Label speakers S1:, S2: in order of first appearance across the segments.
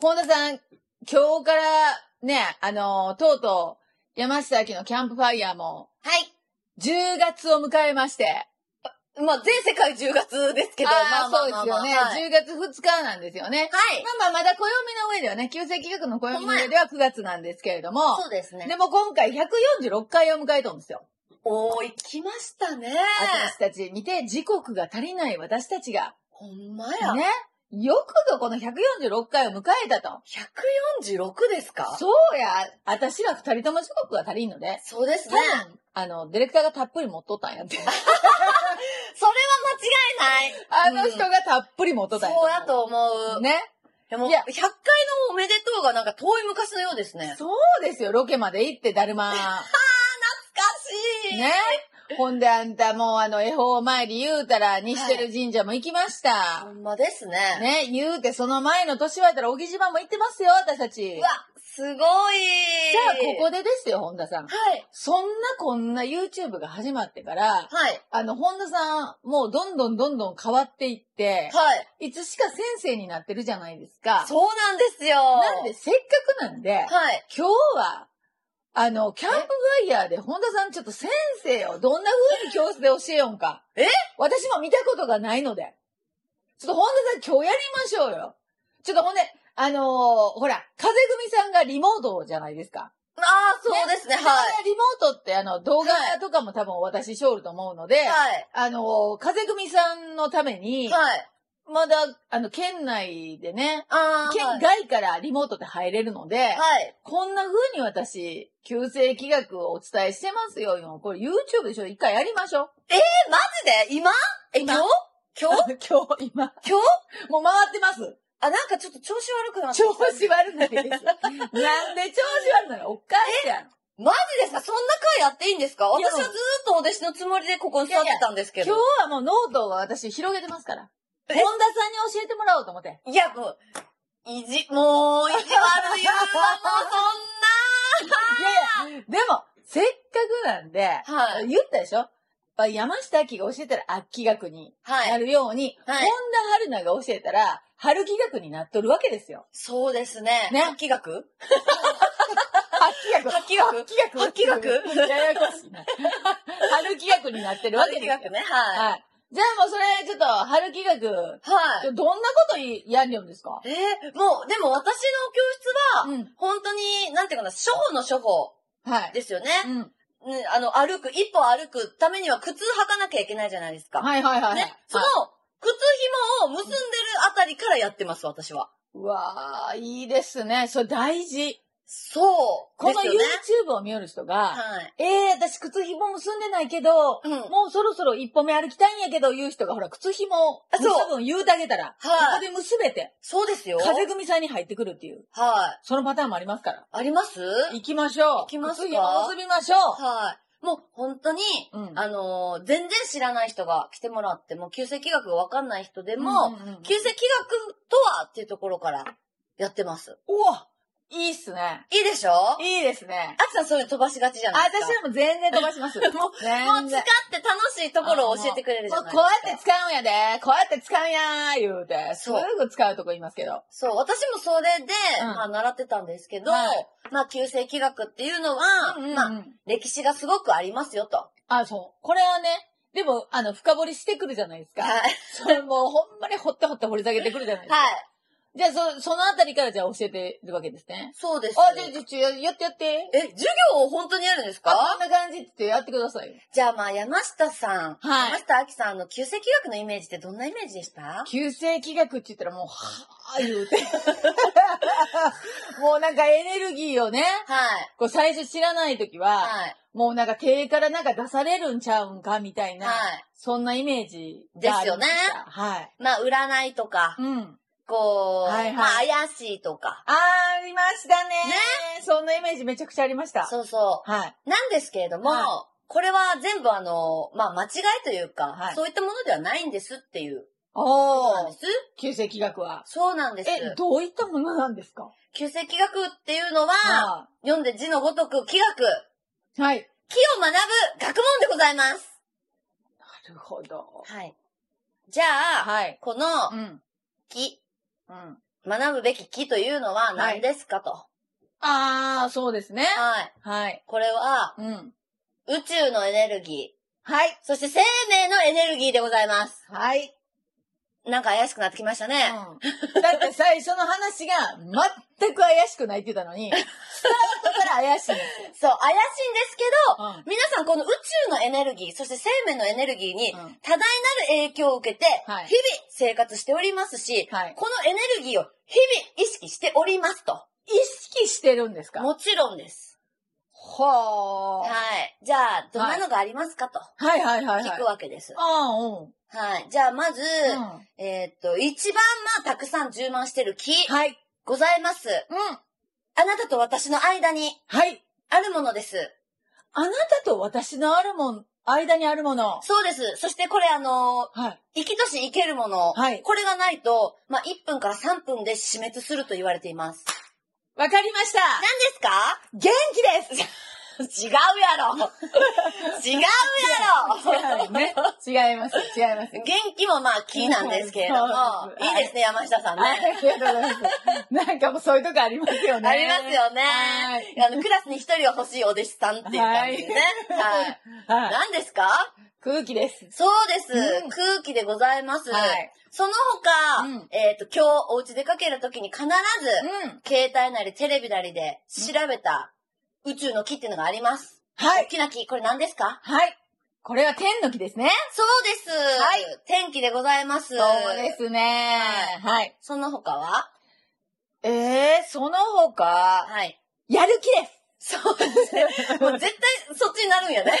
S1: 本田さん、今日からね、あのーとうとう、山下明のキャンプファイヤーも、
S2: はい。
S1: 10月を迎えまして。
S2: まあ、全世界10月ですけど、
S1: ああ、
S2: ま
S1: そうですよね。
S2: はい。
S1: 10月2日なんですよね。
S2: はい
S1: まあまあ、まだ暦の上ではね、旧正企画の暦の上では9月なんですけれども、
S2: そうですね。
S1: でも今回146回を迎えとるんですよ。
S2: おー、行きましたね。
S1: 私たち見て、時刻が足りない私たちが、
S2: ほんまや。
S1: ね、よくぞこの146回を迎えたと。
S2: 146ですか
S1: そうや、私ら二人とも時刻が足りんので、
S2: そうです
S1: 多
S2: ね。
S1: 分、あの、ディレクターがたっぷり持っとったんや って。
S2: それは間違いな
S1: あ
S2: い。
S1: の人がたっぷり持っとったんや
S2: そうやと思う。
S1: ね。
S2: でも、
S1: い
S2: い
S1: や
S2: や、100回のおめでとうがなんか遠い昔のようですね。
S1: そうですよ、ロケまで行って、だる ま。
S2: 懐かしい。
S1: ね。ほんであんたもうあの、恵方参り言うたら、西てる神社も行きました。
S2: ほんまですね。
S1: ね、言うて、その前の年はやったら、小木島も行ってますよ、私たち。
S2: う
S1: じゃ
S2: わ
S1: あ、、
S2: すごい。
S1: ここでですよ、本田さん。
S2: はい。
S1: そんなこんな YouTube が始まってから、
S2: はい。
S1: あの、本田さん、もうどんどんどんどん変わっていって、
S2: はい。
S1: いつしか先生になってるじゃないですか。
S2: そうなんですよ。
S1: なんで、せっかくなんで、
S2: はい。
S1: 今日は、あの、キャンプファイヤーで本田さんちょっと先生をどんな風に教室で教えようんか。
S2: え
S1: 私も見たことがないので。ちょっと本田さん今日やりましょうよ。ちょっとほんで、あのーほら、風組さんがリモートじゃないですか。
S2: ああ、そうですね。はい。
S1: い。リモートってあの、動画とかも多分私しょおると思うので、
S2: はい。
S1: あのー風組さんのために、
S2: はい。
S1: まだ、あの、県内でね、
S2: ああ。
S1: 県
S2: はい。
S1: 外からリモートで入れるので、
S2: はい。
S1: こんな風に私、旧世気学をお伝えしてますよ、今。これ YouTube でしょ一回やりましょう。
S2: え、マジで今え、今
S1: 今
S2: 日今日
S1: 今日、今。
S2: 今日
S1: もう回ってます。
S2: あ、なんかちょっと調子悪くなって
S1: 調
S2: き
S1: 子
S2: た。
S1: 悪ないです。なんで調子悪ないのおかしいやん。
S2: マジですかそんな回やっていいんですか
S1: いや
S2: 私はずーっとお弟子のつもりでここに座ってたんですけ
S1: 今
S2: ど。
S1: 日はもうノートを私広げてますから。
S2: え
S1: 本田さんに教えてもらおうと思って。
S2: いや、もう、意地、もう、
S1: い
S2: 意地悪いよ。
S1: やいやでも、せっかくなんで、
S2: もうそんな。はい。
S1: 言ったでしょ山下明が教えたら秋学に
S2: は。
S1: ないるように、
S2: はい
S1: 本田春菜が教えたら春気学になっとるわけですよ。
S2: そうですね。
S1: ね
S2: 発揮学
S1: 秋学
S2: 発揮学
S1: 秋学
S2: 発揮学
S1: ややこしいな。春気学になってるわけ
S2: 発
S1: です
S2: 揮
S1: よ。
S2: 学ね。はい。
S1: はい。じゃあもうそれ、ちょっと、春気学、ど
S2: はい。
S1: んなことやるんですか
S2: えーもう、でも私の教室は、
S1: うん。
S2: 本当に、なんていうかな、初歩の初歩
S1: はい。
S2: ですよね。
S1: うん。
S2: うん、あの、歩く、一歩歩くためには靴履かなきゃいけないじゃないですか。
S1: はいはいはい。
S2: ね。その、靴紐を結んでるあたりからやってます、私は。
S1: うわー、いいですね。それ大事。
S2: そう。
S1: この
S2: ですよね
S1: YouTube を見よる人が、
S2: はい。
S1: ええー、私靴紐結んでないけど、
S2: うん。
S1: もうそろそろ一歩目歩きたいんやけど、言う人が、ほら、靴紐を
S2: あ
S1: 結
S2: そう
S1: ぶん言うてあげたら、そこ
S2: はい。
S1: で結べて、
S2: そうですよ。
S1: 風組さんに入ってくるっていう、
S2: はい。
S1: そのパターンもありますから。
S2: あります
S1: 行きましょう。
S2: 行きますか
S1: 靴紐結びましょ
S2: はい。もう、本当に、
S1: う。うん
S2: あのー全然知らない人が来てもらっても、旧世紀学がわかんない人でも、
S1: んんうん
S2: 旧世紀学とはっていうところからやってます。
S1: うわいいっすね。
S2: いいでしょあ
S1: いいですね。
S2: きさんそういうの飛ばしがちじゃ
S1: あ
S2: ないです
S1: 私
S2: か。
S1: はもう全然飛ばし ます。もう、
S2: もう使って楽しいところを教えてくれるじゃないです
S1: もう
S2: か。
S1: こうやって使うんやで、こうやって使うんやー言うて、す
S2: そう
S1: ぐ使うとこ言いますけど。
S2: そう、私もそれで、
S1: うん
S2: まあ習ってたんですけど、
S1: はい
S2: まあ旧世紀学っていうのは、
S1: うんうんうん
S2: まあ歴史がすごくありますよと。
S1: あ、そう。これはね、でも、あの、深掘りしてくるじゃないですか。
S2: はい。
S1: それもうほんまに掘って掘って掘り下げてくるじゃないですか。
S2: はい。
S1: じゃあ、そ、そのあたりからじゃあ教えてるわけですね。
S2: そうです。
S1: あ、じゃあ、じゃあちょ、ややってやって。
S2: え、授業を本当にやるんです
S1: あ、こん
S2: か
S1: な感じって言ってやってくださいよ。
S2: じゃあまあ山下さん、
S1: はい
S2: 山下明さんの旧世紀学のイメージってどんなイメージでした
S1: 旧世気学って言ったらもう、はぁ、言うて。もうなんかエネルギーをね、
S2: はい。
S1: こう最初知らない時は、
S2: はい。
S1: もうなんか手からなんか出されるんちゃうんかみたいな、
S2: はい
S1: そんなイメージがありました。
S2: ですよね
S1: はい。
S2: まあ占いとか、
S1: うん。
S2: こう、
S1: はいはい
S2: まあ怪しいとか。
S1: あー、ありましたねそんなイメージめちゃくちゃありました。
S2: そうそ
S1: はい。
S2: う。なんですけれども、
S1: は
S2: これは全部あの、まあ間違いというか、
S1: はい
S2: そういったものではないんですっていうことなん
S1: お
S2: で
S1: ー、
S2: す。
S1: 旧世気学は。
S2: そうなんです。
S1: え、どういったものなんですか
S2: 旧世紀学っていうのは、
S1: は
S2: 読んで字のごとく、気学、
S1: い。はい。
S2: 気を学ぶ学問でございます。
S1: なるほど。
S2: はい。じゃあ、
S1: はい。
S2: この
S1: うん。
S2: 気、
S1: うん。
S2: 学ぶべき木というのは何ですかと。
S1: あー、そうですね。
S2: はい。
S1: はい。
S2: これは、
S1: うん。
S2: 宇宙のエネルギ
S1: はい。
S2: ー、そして生命のエネルギーでございます。
S1: はい。
S2: なんか怪しくなってきましたね。
S1: うん、だって最初の話が全く怪しくないって言ったの に、スタートから怪しい。
S2: そう、怪しいんですけど、皆さんこの宇宙のエネルギー、そして生命のエネルギーに
S1: うん
S2: 多大なる影響を受けて、日
S1: は
S2: 々
S1: い
S2: 生活しておりますし、
S1: はい
S2: このエネルギーを日々意識しておりますと。
S1: 意識してるんですか
S2: もちろんです。
S1: ほ
S2: は
S1: ー。
S2: い。じゃあ、どんなのがありますかと
S1: はいはいはい
S2: 聞
S1: はい
S2: く。わけです。
S1: ああ、うん。
S2: はい。じゃあ、まず、
S1: うん
S2: えーっと、一番まあ、たくさん充満してる木、
S1: はい。
S2: ございます。
S1: うん。
S2: あなたと私の間に
S1: はい。
S2: あるものです。
S1: あなたと私のあるもん、間にあるもの。
S2: そうです。そしてこれあのー
S1: はい。
S2: 生きとし生けるもの。
S1: はい
S2: これがないと、まあ、1分から3分で死滅すると言われています。
S1: わかりました。
S2: 何
S1: 元気です。
S2: ですか違うやろ違うやろ
S1: ね。 違います。違います。
S2: 元気もまあ、キーなんですけれども
S1: そう、です
S2: いいですね、山下さん
S1: はい
S2: ね。
S1: ありがとうございます。なんかもうそういうとこありますよね。
S2: ありますよね
S1: はい。
S2: あの、クラスに一人は欲しいお弟子さんっていう感じでね。はい。
S1: はい。
S2: 何ですか
S1: 空気です。
S2: そうです、
S1: うん
S2: 空気でございます。
S1: はい
S2: その他、
S1: うん
S2: えっ、と、今日お家出かけるときに必ず、
S1: うん。
S2: 携帯なりテレビなりで調べた宇宙の木っていうのがあります。
S1: は
S2: 大
S1: い。
S2: きな木、これ何ですか
S1: はい。これは天の木ですね。
S2: そうです。
S1: はい
S2: 天気でございます。
S1: そうですね。はい。
S2: その他は
S1: ええー、その他、
S2: はい。
S1: やる気です。
S2: そ うですね。もう絶対そっちになるんやね。
S1: や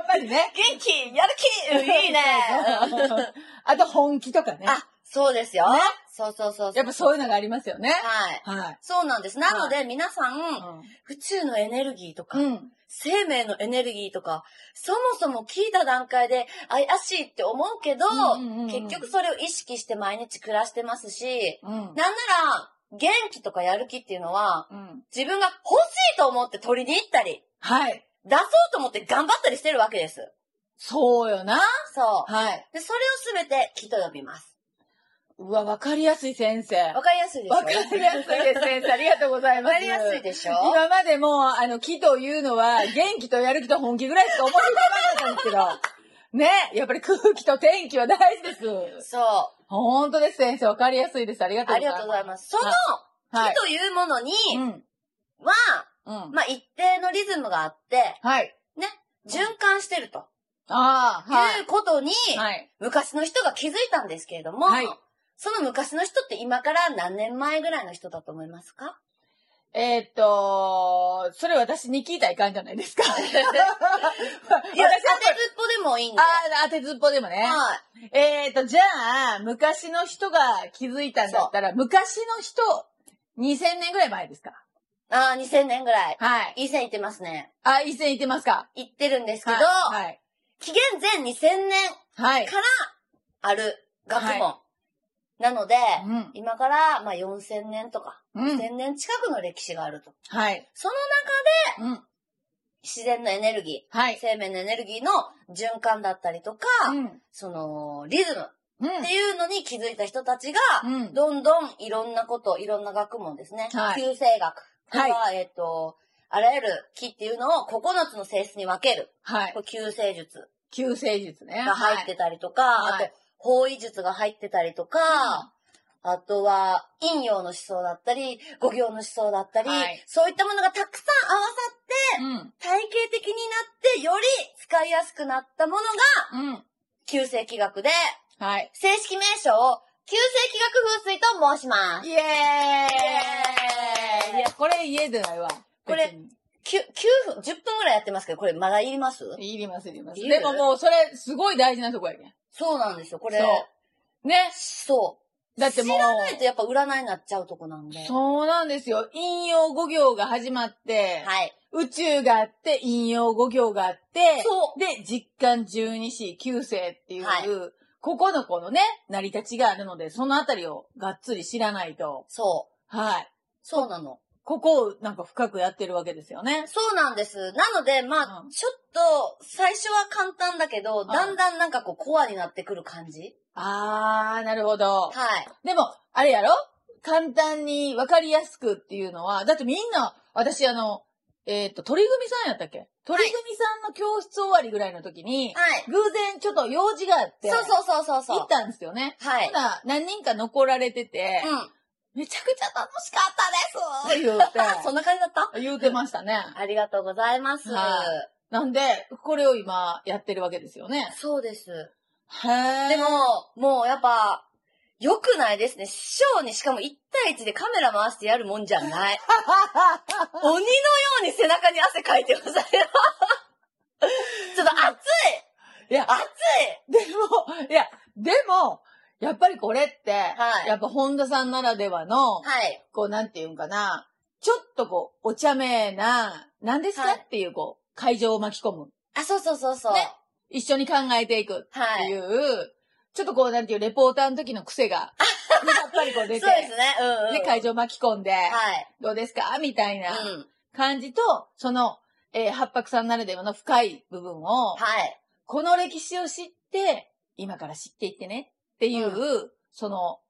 S1: っぱり ね。
S2: 元気やる気うんい いね。うん
S1: あと本気とかね。
S2: あ、そうですよ。
S1: ね
S2: そうそうそうそう。
S1: やっぱそういうのがありますよね。
S2: はい。
S1: はい。
S2: そうなんです。なので皆さん、宇宙のエネルギーとか、
S1: うん。
S2: 生命のエネルギーとか、そもそも聞いた段階で怪しいって思うけど、
S1: うんうんうん
S2: 結局それを意識して毎日暮らしてますし、
S1: うん。
S2: なんなら、元気とかやる気っていうのは、
S1: うん。
S2: 自分が欲しいと思って取りに行ったり、
S1: はい。
S2: 出そうと思って頑張ったりしてるわけです。
S1: そうよな。
S2: そう。
S1: はい。
S2: で、それをすべて木と呼びます。
S1: うわ、わかりやすい先生。
S2: わかりやすいでしょ
S1: わかりやすいです、先生。ありがとうございます。
S2: わかりやすいでしょ
S1: 今までもう、あの、気というのは、元気とやる気と本気ぐらいしか思い浮かばなかったんですけど。ね、やっぱり空気と天気は大事です。
S2: そう。
S1: 本当です、先生。わかりやすいです。ありがとう
S2: あ
S1: ござ
S2: り
S1: いま
S2: が
S1: す。
S2: とうございます。その、
S1: はい
S2: 木。というものに
S1: うん。
S2: は、
S1: うん。
S2: まあ、一定のリズムがあって、
S1: はい。
S2: 循環してると。、
S1: ああ、はい
S2: うことに、
S1: い。はい。
S2: 昔の人が気づいたんですけれども、
S1: はい
S2: その昔の人って今から何年前ぐらいの人だと思いますか
S1: えーっと、それ私に聞いたらいかんじゃないですか。
S2: いや、当てず
S1: 私
S2: っ
S1: は
S2: ぽでもいいんで。
S1: ああ、当てずっぽでもね。
S2: はい。
S1: えーっと、じゃあ、昔の人が気づいたんだったら、昔の人、2000年ぐらい前ですか
S2: ああ、2000年ぐらい。
S1: はい。
S2: 以前行ってますね。
S1: あ、以前言ってますか
S2: 行ってるんですけど、
S1: はい。はい
S2: 紀元前2000年
S1: はい。
S2: からある学問。
S1: は
S2: なので、
S1: うん
S2: 今から、まあ、4000年とか、
S1: うん。
S2: 1000年近くの歴史があると。
S1: はい。
S2: その
S1: うん。
S2: 自然のエネルギ
S1: は
S2: ー、
S1: い。
S2: 生命のエネルギーの循環だったりとか、
S1: うん。
S2: その、リズム。
S1: うん
S2: っていうのに気づいた人たちが、
S1: うん
S2: どんどんいろんなこと、いろんな学問ですね。
S1: はい
S2: 旧生学とか、えっ、と、あらゆる木っていうのを9つの性質に分ける。
S1: はい
S2: こ。れ旧生術
S1: 救世術ね。
S2: が入ってたりとか、
S1: はい
S2: あと、方位術が入ってたりとか、あとは、陰陽の思想だったり、五行の思想だったり、
S1: はい
S2: そういったものがたくさん合
S1: はい。う
S2: わさ
S1: ん。
S2: 体系的になって、より使いやすくなったものが、
S1: うん。
S2: 旧世紀学で、
S1: はい。
S2: 正式名称を、旧世紀学風水と申します。
S1: イエー
S2: ー
S1: イ
S2: イ
S1: いや、これ家でないわ。
S2: これ
S1: 別に、
S2: 9, 分、10分ぐらいやってますけど、これまだいります
S1: いります、いります。
S2: いる
S1: でももう、それ、すごい大事なとこやけん。
S2: そうなんですよ。これ、
S1: そ。
S2: そう
S1: ね。だってもう、
S2: ないとやっぱ占いになっちゃうとこなんで。
S1: そうなんですよ。引用五行が始まって、
S2: はい。
S1: 宇宙があって、引用五行があって、
S2: そ
S1: で、実感十二子、九世っていう、
S2: はい
S1: ここの子のね、成り立ちがあるので、そのあたりをがっつり知らないと。
S2: そう。
S1: はい。
S2: そうなの。
S1: ここをなんか深くやってるわけですよね。
S2: そうなんです。なので、まあ、
S1: うん
S2: ちょっと、最初は簡単だけど、
S1: ん
S2: だんだんなんかこう、コアになってくる感じ
S1: あー、なるほど。
S2: はい。
S1: でも、あれやろ簡単に分かりやすくっていうのは、だってみんな、私あの、えっ、と、鳥組さんやったっけ鳥組さんの教室終わりぐらいの時に、
S2: はい。
S1: 偶然ちょっと用事があって、
S2: そうそうそうそうそう。
S1: 行ったんですよね。
S2: はい
S1: た。だ、何人か残られてて、
S2: う
S1: めちゃくちゃ楽しかったです言う て、
S2: ん。そんな感じだった
S1: 言うてましたね。
S2: ありがとうございます。
S1: はなんで、これを今やってるわけですよね。
S2: そうです。
S1: へー。
S2: でも、、もうやっぱ、良くないですね。師匠にしかも1対1でカメラ回してやるもんじゃない。 鬼のように背中に汗かいてま したよ。ちょっと熱い
S1: いや、
S2: 熱い
S1: でも、いや、でも、やっぱりこれって、
S2: はい
S1: やっぱ本田さんならではの、
S2: はい。
S1: こうなんていうんかな、ちょっとこう、お茶目な、何ですか、
S2: はい
S1: っていうこう、会場を巻き込む。
S2: あ、そうそうそうそう。
S1: ね一緒に考えていくっ
S2: は
S1: て
S2: い。
S1: いう、ちょっとこうなんていう、レポーターの時の 癖が、やっぱりこう
S2: そうで
S1: 出
S2: す
S1: て、
S2: ね。うん、うん。
S1: で会場巻き込んで、
S2: はい。
S1: どうですかみたいな
S2: うん。
S1: 感じと、その、えー八白さんならではの深い部分を、
S2: はい。
S1: この歴史を知って、今から知っていってねっていう、その、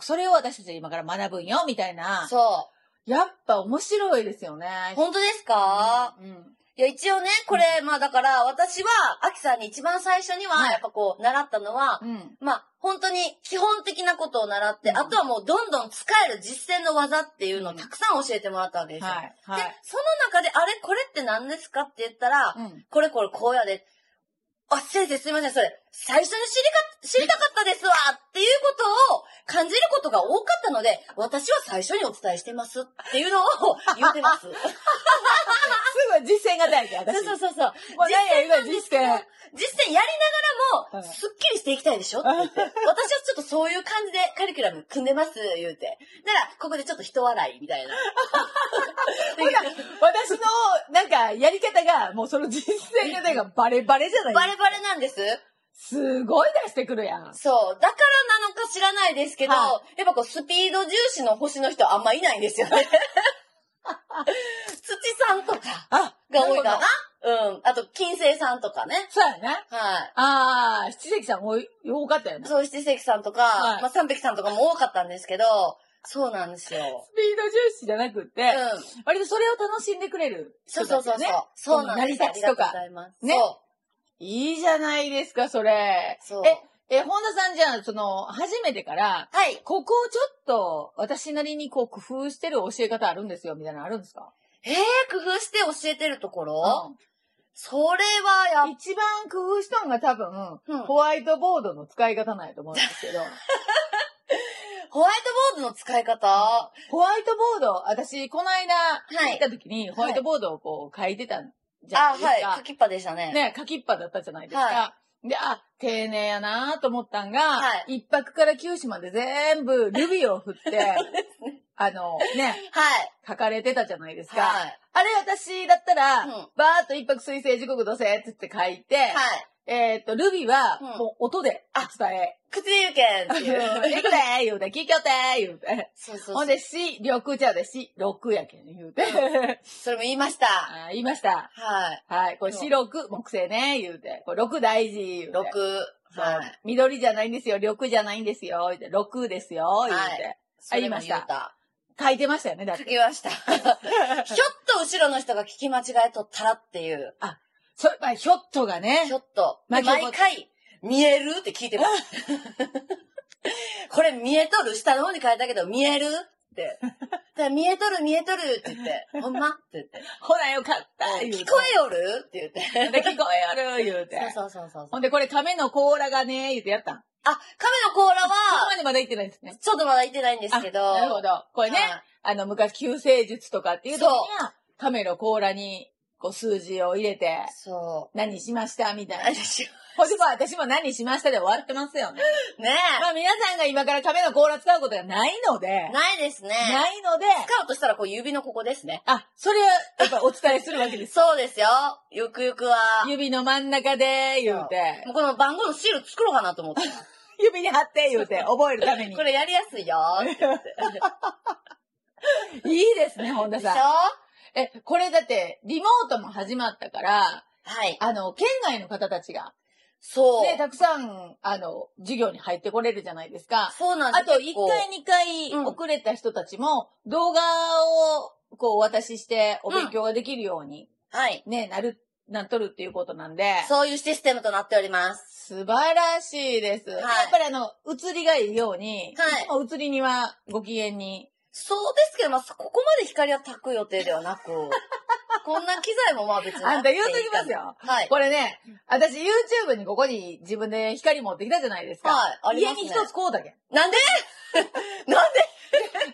S1: それを私たちは今から学ぶんよ、みたいな。
S2: そ
S1: やっぱ面白いですよね。
S2: う。本当ですか、
S1: うんうん
S2: いや、一応ね、これ、まあだから、私は、アキさんに一番最初に
S1: は
S2: は、
S1: い
S2: やっぱこう、習ったのは、
S1: うん。
S2: まあ、本当に基本的なことを習って、
S1: うん
S2: あとはもうどんどん使える実践の技っていうのをたくさん教えてもらったわけですよ。
S1: はい。は
S2: で
S1: い。、
S2: その中で、あれ、これって何ですかって言ったら、
S1: うん。
S2: これこれこうやで。あ、先生すいません、それ、最初に知りか、知りたかったですわっていうことを感じることが多かったので、私は最初にお伝えしてますっていうのを言っ てます。そう
S1: すぐ実践が大事、私。
S2: そうそうそう。
S1: もう何や言うの
S2: 実
S1: 実
S2: 践
S1: 践。
S2: 実践やりながらも、
S1: はい
S2: すっきりしていきたいでしょって言って。私はちょっとそういう感じでカリキュラム組んでます、言うて。なら、ここでちょっと人笑いみたいな。
S1: 私の、なんか、やり方が、もうその実践が、なんか、バレバレじゃない
S2: バレバレなんです。
S1: すごい出してくるやん。
S2: そう。だからなのか知らないですけど、
S1: は
S2: やっぱこう、スピード重視の星の人あんまいないんです よね。土さんとか
S1: あ、
S2: が多い
S1: な
S2: か
S1: るほど
S2: な。うん。あと、金星さんとかね。
S1: そうやね。
S2: は
S1: あー、七関さん多い多かったよね
S2: い。。そう、七石さんとか、
S1: はい
S2: まあ、三匹さんとかも多かったんですけど、そうなんですよ。
S1: スピード重視じゃなくって、
S2: うん。
S1: 割とそれを楽しんでくれる
S2: そ
S1: 人
S2: うそう
S1: たち
S2: そう
S1: よ
S2: そ
S1: ね。
S2: う。そうなんです。
S1: 成り立ちと
S2: あ
S1: か
S2: りが。とうございます。
S1: ね
S2: そ
S1: いいじゃないですか、それ。
S2: う。そう。
S1: ええ、本田さんじゃあ、その、初めてから、
S2: はい。
S1: ここをちょっと、私なりにこう、工夫してる教え方あるんですよ、みたいなのあるんですか
S2: えー、工夫して教えてるところ、
S1: うん
S2: それはやっ
S1: 一番工夫したのが多分、
S2: うん
S1: ホワイトボードの使い方なんやと思うんですけ ど、
S2: ホワイトボードの使い方、
S1: ホワイトボード、私、この間、
S2: い
S1: 行った時に、ホワイトボードをこう、書いてたじゃ
S2: あ、
S1: ないですか。
S2: はい。書きっぱでしたね。
S1: ね、書きっぱだったじゃないですか。
S2: は
S1: で、あ、丁寧やなと思ったんが、
S2: は
S1: 一泊から九死まで全部ルビーを 振って、あの、ね、
S2: はい。
S1: 書かれてたじゃないですか。
S2: はい。
S1: あれ私だったら、
S2: うん
S1: バーっと一泊水星時刻土星ってって書いて、
S2: はい。
S1: えっと、ルビーは、
S2: うん
S1: もう音で伝え、
S2: 口で言うけんって
S1: 行
S2: いう。
S1: くでー言うて、聞きよってー言うて。
S2: そうそうそう。
S1: ほんで、し、緑茶でし、六やけん言うて。
S2: それも言いました。
S1: あー言いました。
S2: はい。
S1: はい。これ、四六、木星ね、言うて。これ、六大事、言うて。
S2: 6。
S1: そう
S2: はい。
S1: 緑じゃないんですよ、緑じゃないんですよ、言うて6ですよ、言うて、
S2: はい
S1: あ言いました
S2: それも
S1: 書いてましたよね、だっ
S2: 言うた書
S1: て。
S2: き ました。ひょっと後ろの人が聞き間違えとったらっていう。
S1: それ、まあ、ひょっとがね
S2: ひ、ょっと。で
S1: 巻き起こ
S2: 毎回、見えるって聞いてます。 これ見えとる下の方に書いたけど、見えるって。だから見えとる見えとるって言 って、ほんまって言って。
S1: ほらよかった、言うて。
S2: 聞こえよるって言って。
S1: え聞こえよる、言うて。
S2: そうそうそうそ
S1: ほ
S2: う。
S1: んで、これ、亀の甲羅がね、言うてやったん。こ
S2: あ、亀の甲羅
S1: こ
S2: は、
S1: までまだ行ってないですね。
S2: ちょっとまだ行ってないんですけど。
S1: あなるほど。これね、
S2: はい
S1: あの、昔、救世術とかっていう時には、亀の甲羅に、こう、数字を入れて、
S2: そ
S1: 何しましたみた
S2: う。
S1: いな。ほんで、まあ私も何しましたで終わってますよね。
S2: ね
S1: まあ、皆さんが今から亀の甲羅使うことがないので、
S2: え。ないですね。
S1: ないので、
S2: 使うとしたら、こう指のここですね。
S1: あ、それは、やっぱお伝えするわけです。
S2: そうですよ。ゆくゆく は。
S1: 指の真ん中で、言うて。
S2: もうこの番号のシール作ろうかなと 思って。
S1: 指に貼って、言うて、覚えるために。
S2: これやりやすいよ。って言って
S1: いいですね、本田
S2: でしょ
S1: さん。え、これだって、リモートも始まったから、
S2: はい。
S1: あの、県外の方たちが、
S2: そう。
S1: ね、たくさん、あの、授業に入ってこれるじゃないですか。
S2: そうなんで
S1: あ
S2: す
S1: と、
S2: 結
S1: 一
S2: 構
S1: 回、二回
S2: うん
S1: 遅れた人たちも、動画を、こう、お渡しして、お勉強ができるように、
S2: はい。
S1: ね、なる、なっとるっていうことなんで、
S2: そういうシステムとなっております。
S1: 素晴らしいです。
S2: はい
S1: やっぱりあの、映りがいいように、
S2: はい
S1: いつも映りにはご機嫌に。
S2: そうですけど、まあ、ここまで光は焚く予定ではな く、こんな機材もまあ別に。
S1: あんた言うときます。よ。
S2: はい。
S1: これね、私 YouTube にここに自分で光持ってきたじゃないですか。
S2: はい。ありま
S1: 家
S2: す
S1: に
S2: ね。
S1: 一つこうだけ。
S2: なんでなんで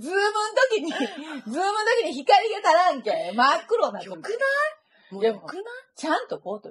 S1: ズームの時に、ズームの時に光が足らんけん。真っ黒になって
S2: よ
S1: る
S2: くない
S1: でも
S2: よくない
S1: ちゃんとこうと。